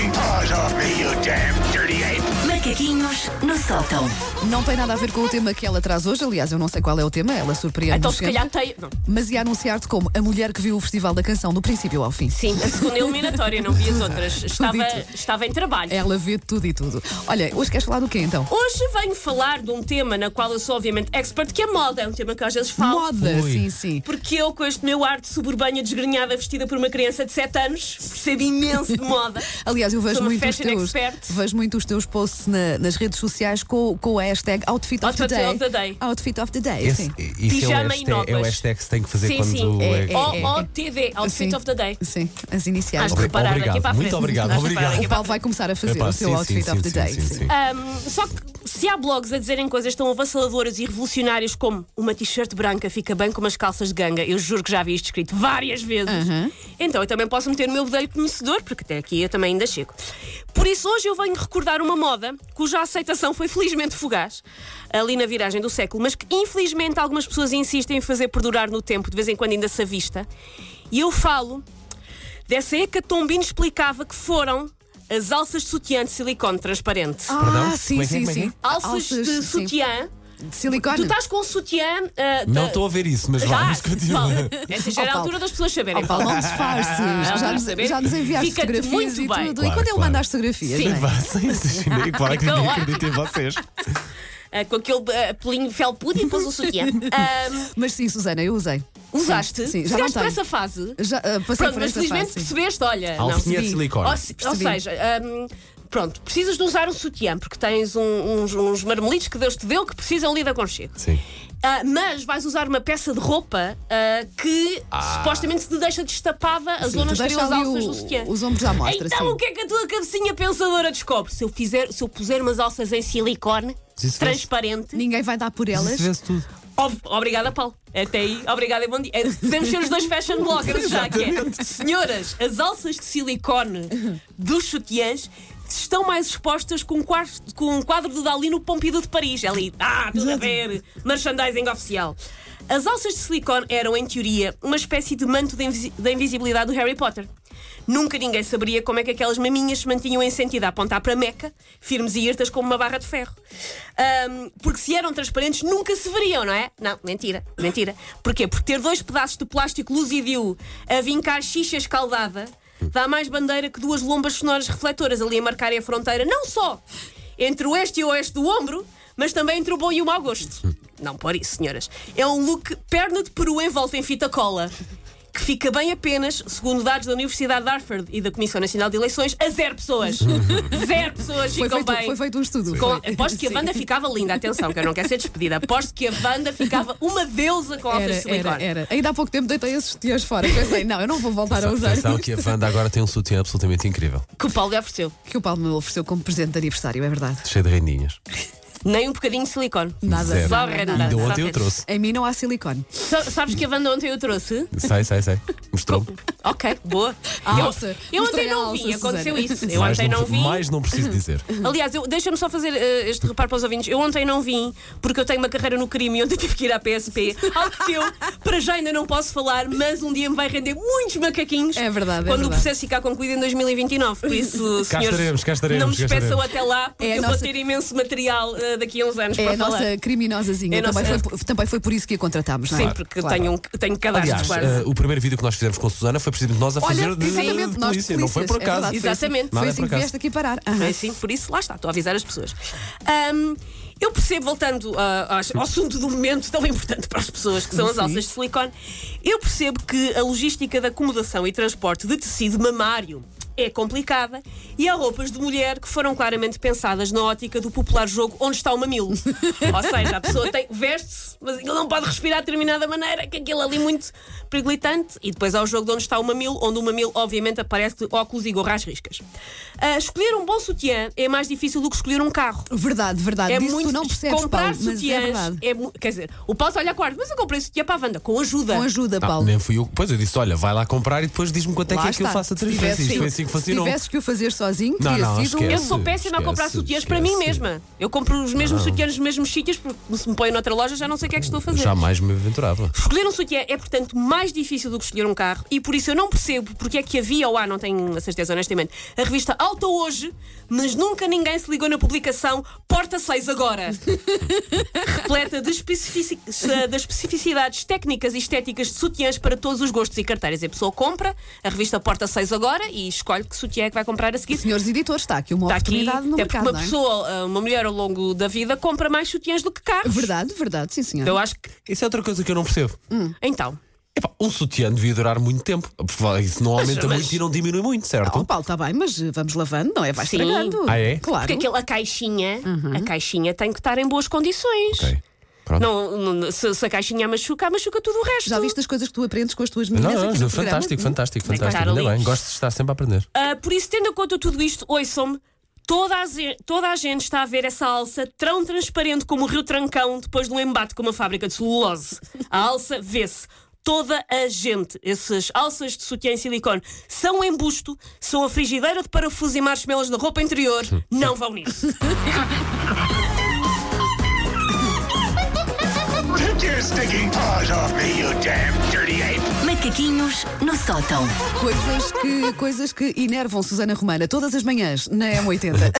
Stop me, you damn dirty ape! Macaquinhos no sótão. Não tem nada a ver com o tema que ela traz hoje, aliás, eu não sei qual é o tema, ela surpreende Então, se calhar tem. Não. Mas ia anunciar-te como a mulher que viu o Festival da Canção do princípio ao fim. Sim, a segunda eliminatória, não vi as outras. Estava, Tudito. estava em trabalho. Ela vê tudo e tudo. Olha, hoje queres falar do quê então? Hoje venho falar de um tema na qual eu sou, obviamente, expert, que é moda. É um tema que eu às vezes falo. Moda, Ui. sim, sim. Porque eu, com este meu ar de suburbana desgrenhada, vestida por uma criança de 7 anos, percebo imenso de moda. Aliás, eu vejo Sou uma muito, os fashion teus, expert. vejo muito os teus posts na- nas redes sociais com, com a hashtag Outfit, Outfit of the day. Outfit of the Day, Esse, sim. isso é o, Pijama e hashtag, é o novas. hashtag que se tem que fazer Sim, quando. sim. É, é, é. OOTD, Outfit Sim. of the Day. Sim, as iniciais. Acho que reparar obrigado, daqui para a frente. muito obrigado, Acho que obrigado. reparar daqui O para a Paulo vai começar a fazer Epá, o seu sim, Outfit sim, of the sim, Day. sim, sim. sim, sim. Ahm, só que se há blogs a dizerem coisas tão avassaladoras e revolucionárias como uma t-shirt branca fica bem com umas calças de ganga, eu juro que já vi isto escrito várias vezes. Então eu também posso meter o meu bedelho conhecedor, porque até aqui eu também ainda chego. Por isso hoje eu venho recordar uma moda cuja aceitação foi felizmente fugaz, ali na viragem do século, mas que infelizmente algumas pessoas insistem em fazer perdurar no tempo, de vez em quando ainda se avista. E eu falo dessa hecatombe inexplicável que foram as alças de sutiã de silicone transparente Ah, Perdão? sim, Como é que é, sim, como é que é? sim. alças, de sim. sutiã. De Tu silicone. estás com um sutiã. ah, Não de- estou a ver isso, mas Já, vamos continuar. Paulo, essa já era a Paulo. altura das pessoas saberem. Oh, Paulo, não Ah, disfarces. já, vamos nos, saber. já nos enviaste Fica-te fotografias muito e bem. tudo. e Claro, quando eu claro. manda as fotografias? Sim. não é? Vocês, imaginam, claro que Então, ninguém olha. acredita em vocês. Ah, com aquele ah, pelinho felpudo e depois o sutiã. Ah, Mas sim, Susana, eu usei. usaste? Sim, já não Chegaste para tenho. essa fase? Já, ah, passei Pronto, por mas esta felizmente fase. sim. percebeste, olha. não. Alfinha um de percebi. silicone. Ou, se- ou Percebi. seja, hum, pronto, precisas de usar um sutiã, porque tens um- uns, uns marmelitos que Deus te deu que precisam ali de aconchego. Sim. Ah, mas vais usar uma peça de roupa ah, que supostamente te deixa destapada a zona Tu deixa exterior das ali alças o- do sutiã. os ombros à mostra. é. Então sim. o que é que a tua cabecinha pensadora descobre? Se eu, fizer, se eu puser umas alças em silicone, Mas isso transparente. Ninguém vai dar por elas. tudo. Ob- Obrigada, Paulo. Até aí, obrigada e bom dia. É, Podemos ser os dois fashion bloggers já, que é. Senhoras, as alças de silicone dos sutiãs estão mais expostas com um quadro, com um quadro do Dalí no Pompidou de Paris. É Ali, ah, tudo a ver, merchandising oficial. As alças de silicone eram, em teoria, uma espécie de manto da invisi- da invisibilidade do Harry Potter. Nunca ninguém saberia como é que aquelas maminhas se mantinham em sentido a apontar para Meca, firmes e hirtas como uma barra de ferro. Ahm, porque se eram transparentes, nunca se veriam, não é? Não, mentira, mentira. Porquê? Porque ter dois pedaços de plástico luzidio a vincar xixa escaldada dá mais bandeira que duas lombas sonoras refletoras ali a marcarem a fronteira, não só entre o este e o oeste do ombro, mas também entre o bom e o mau gosto. Não por isso, senhoras. É um look perna de peru envolta em fita cola que fica bem apenas, segundo dados da Universidade de Harvard e da Comissão Nacional de Eleições, a zero pessoas. zero pessoas Foi ficam feito, bem. foi feito um estudo. Com- foi. aposto que a Sim. banda ficava linda, atenção, que eu não quero ser despedida. Aposto que a banda ficava uma deusa com altas de Era, silicone. era, era. Ainda há pouco tempo deitei esses sutiãs fora. Pensei, não, eu não vou voltar a usar Atenção isto. que a Wanda agora tem um sutiã absolutamente incrível, Que o Paulo lhe ofereceu. Que o Paulo me ofereceu como presente de aniversário, é verdade. cheio de rendinhas. Nem um bocadinho de silicone. Nada. Zero. Só nada, renda. nada. Ainda Só ontem eu renda. trouxe. Em mim não há silicone. Sa- Sabes que a banda ontem eu trouxe? Sai, sai, sai. Mostrou-me. Ok, boa. A eu alça. eu Mostrei ontem a não alça, vi, aconteceu Susana. isso. Eu mais, ontem não, não vi. mais não preciso dizer. Aliás, eu- deixa-me só fazer eh, este reparo para os ouvintes. Eu ontem não vim, porque eu tenho uma carreira no crime e ontem tive que ir à PSP. Algo que eu, para já, ainda não posso falar, mas um dia me vai render muitos macaquinhos. É verdade, é Quando o verdade. processo ficar concluído em 2029. Por isso, Cá senhores, estaremos, cá estaremos, não me cá despeçam estaremos. até lá, porque É a eu nossa- vou ter imenso material eh, daqui a uns anos É para a falar. nossa criminosazinha. É a também, nossa- Foi, por- também foi por isso que a contratámos, não é? Sim, porque Claro. tenho, um- tenho cadastro Aliás, quase. eh, o primeiro vídeo que nós fizemos com a Susana foi precisamente nós a Olha, fazer de, exatamente, de nós de polícia, não foi por polícias, é acaso. verdade, Exatamente. Foi Nada assim por que acaso. vieste aqui parar. Ah, É assim, por isso, lá está, estou a avisar as pessoas. Ahm, eu percebo, voltando ah, às- ao assunto do momento tão importante para as pessoas, que são as Sim. alças de silicone, eu percebo que a logística da acomodação e transporte de tecido mamário é complicada e há roupas de mulher que foram claramente pensadas na ótica do popular jogo Onde está o mamilo. Ou seja, a pessoa tem, veste-se, mas ele não pode respirar de determinada maneira, que aquilo ali é muito perglitante. E depois há o jogo de Onde está o mamilo, onde o mamilo obviamente aparece de óculos e gorra às riscas. Ah, escolher um bom sutiã é mais difícil do que escolher um carro. Verdade, verdade. É Ah, Disso muito tu não percebes, comprar Paulo, mas é sutiãs verdade. mu- quer dizer, o Paulo olha a quarto, mas eu comprei sutiã para a Wanda com ajuda. Com ajuda, Não, Paulo. nem fui eu. Pois eu disse: olha, vai lá comprar e depois diz-me quanto é Lá que é que eu está. faço a Se transferência. tivesse Isto foi sido- assim mim Se fascinou. tivesses que o fazer sozinho, Não, teria não, sido um esquece. Eu sou péssima a comprar Esquece, sutiãs para mim esquece. mesma. Eu compro os mesmos sutiãs nos mesmos sítios, porque se me põem noutra loja já não sei o que é que estou a fazer. Jamais me aventurava. Escolher um sutiã é, portanto, mais difícil do que escolher um carro e por isso eu não percebo porque é que havia ou há, não tenho a certeza honestamente, a revista Auto Hoje, mas nunca ninguém se ligou na publicação Porta 6 Agora. Repleta de, especifici- eh, das especificidades técnicas e estéticas de sutiãs para todos os gostos e carteiras. E a pessoa compra a revista Porta 6 Agora e escolhe que sutiã é que vai comprar a seguir. Senhores editores, está aqui uma Está aqui, oportunidade no até porque mercado, uma não é? pessoa, eh, uma mulher ao longo da vida, compra mais sutiãs do que carros. É Verdade, verdade, sim senhor. Eu acho que. Isso é outra coisa que eu não percebo. Então. Epá, um sutiã devia durar muito tempo. Porque Isso não aumenta mas- muito e não diminui muito, certo? Oh, Paulo, está bem, mas eh, vamos lavando, não é? Vai Sim. estragando. Ah, é? Claro. Uhum. Porque aquela a caixinha, a caixinha tem que estar em boas condições. Ok. Pronto. Não, não- se, se a caixinha machuca, machuca tudo o resto. Já viste as coisas que tu aprendes com as tuas Não, meninas não, é aqui no é programa? fantástico, fantástico, Tem que fantástico. estar Ainda ali. bem, gosto de estar sempre a aprender. Ah, por isso, tendo em conta tudo isto, ouçam-me. Toda a, ze- toda a gente está a ver essa alça tão transparente como o Rio Trancão depois de um embate com uma fábrica de celulose. A alça vê-se. Toda a gente. Essas alças de sutiã em silicone são embusto, são a frigideira de parafusos e marshmallows da roupa interior. Não vão nisso. Take your stinking paws off me, you damn dirty ape! Macaquinhos no sótão. Coisas que, coisas que enervam Susana Romana todas as manhãs na M80.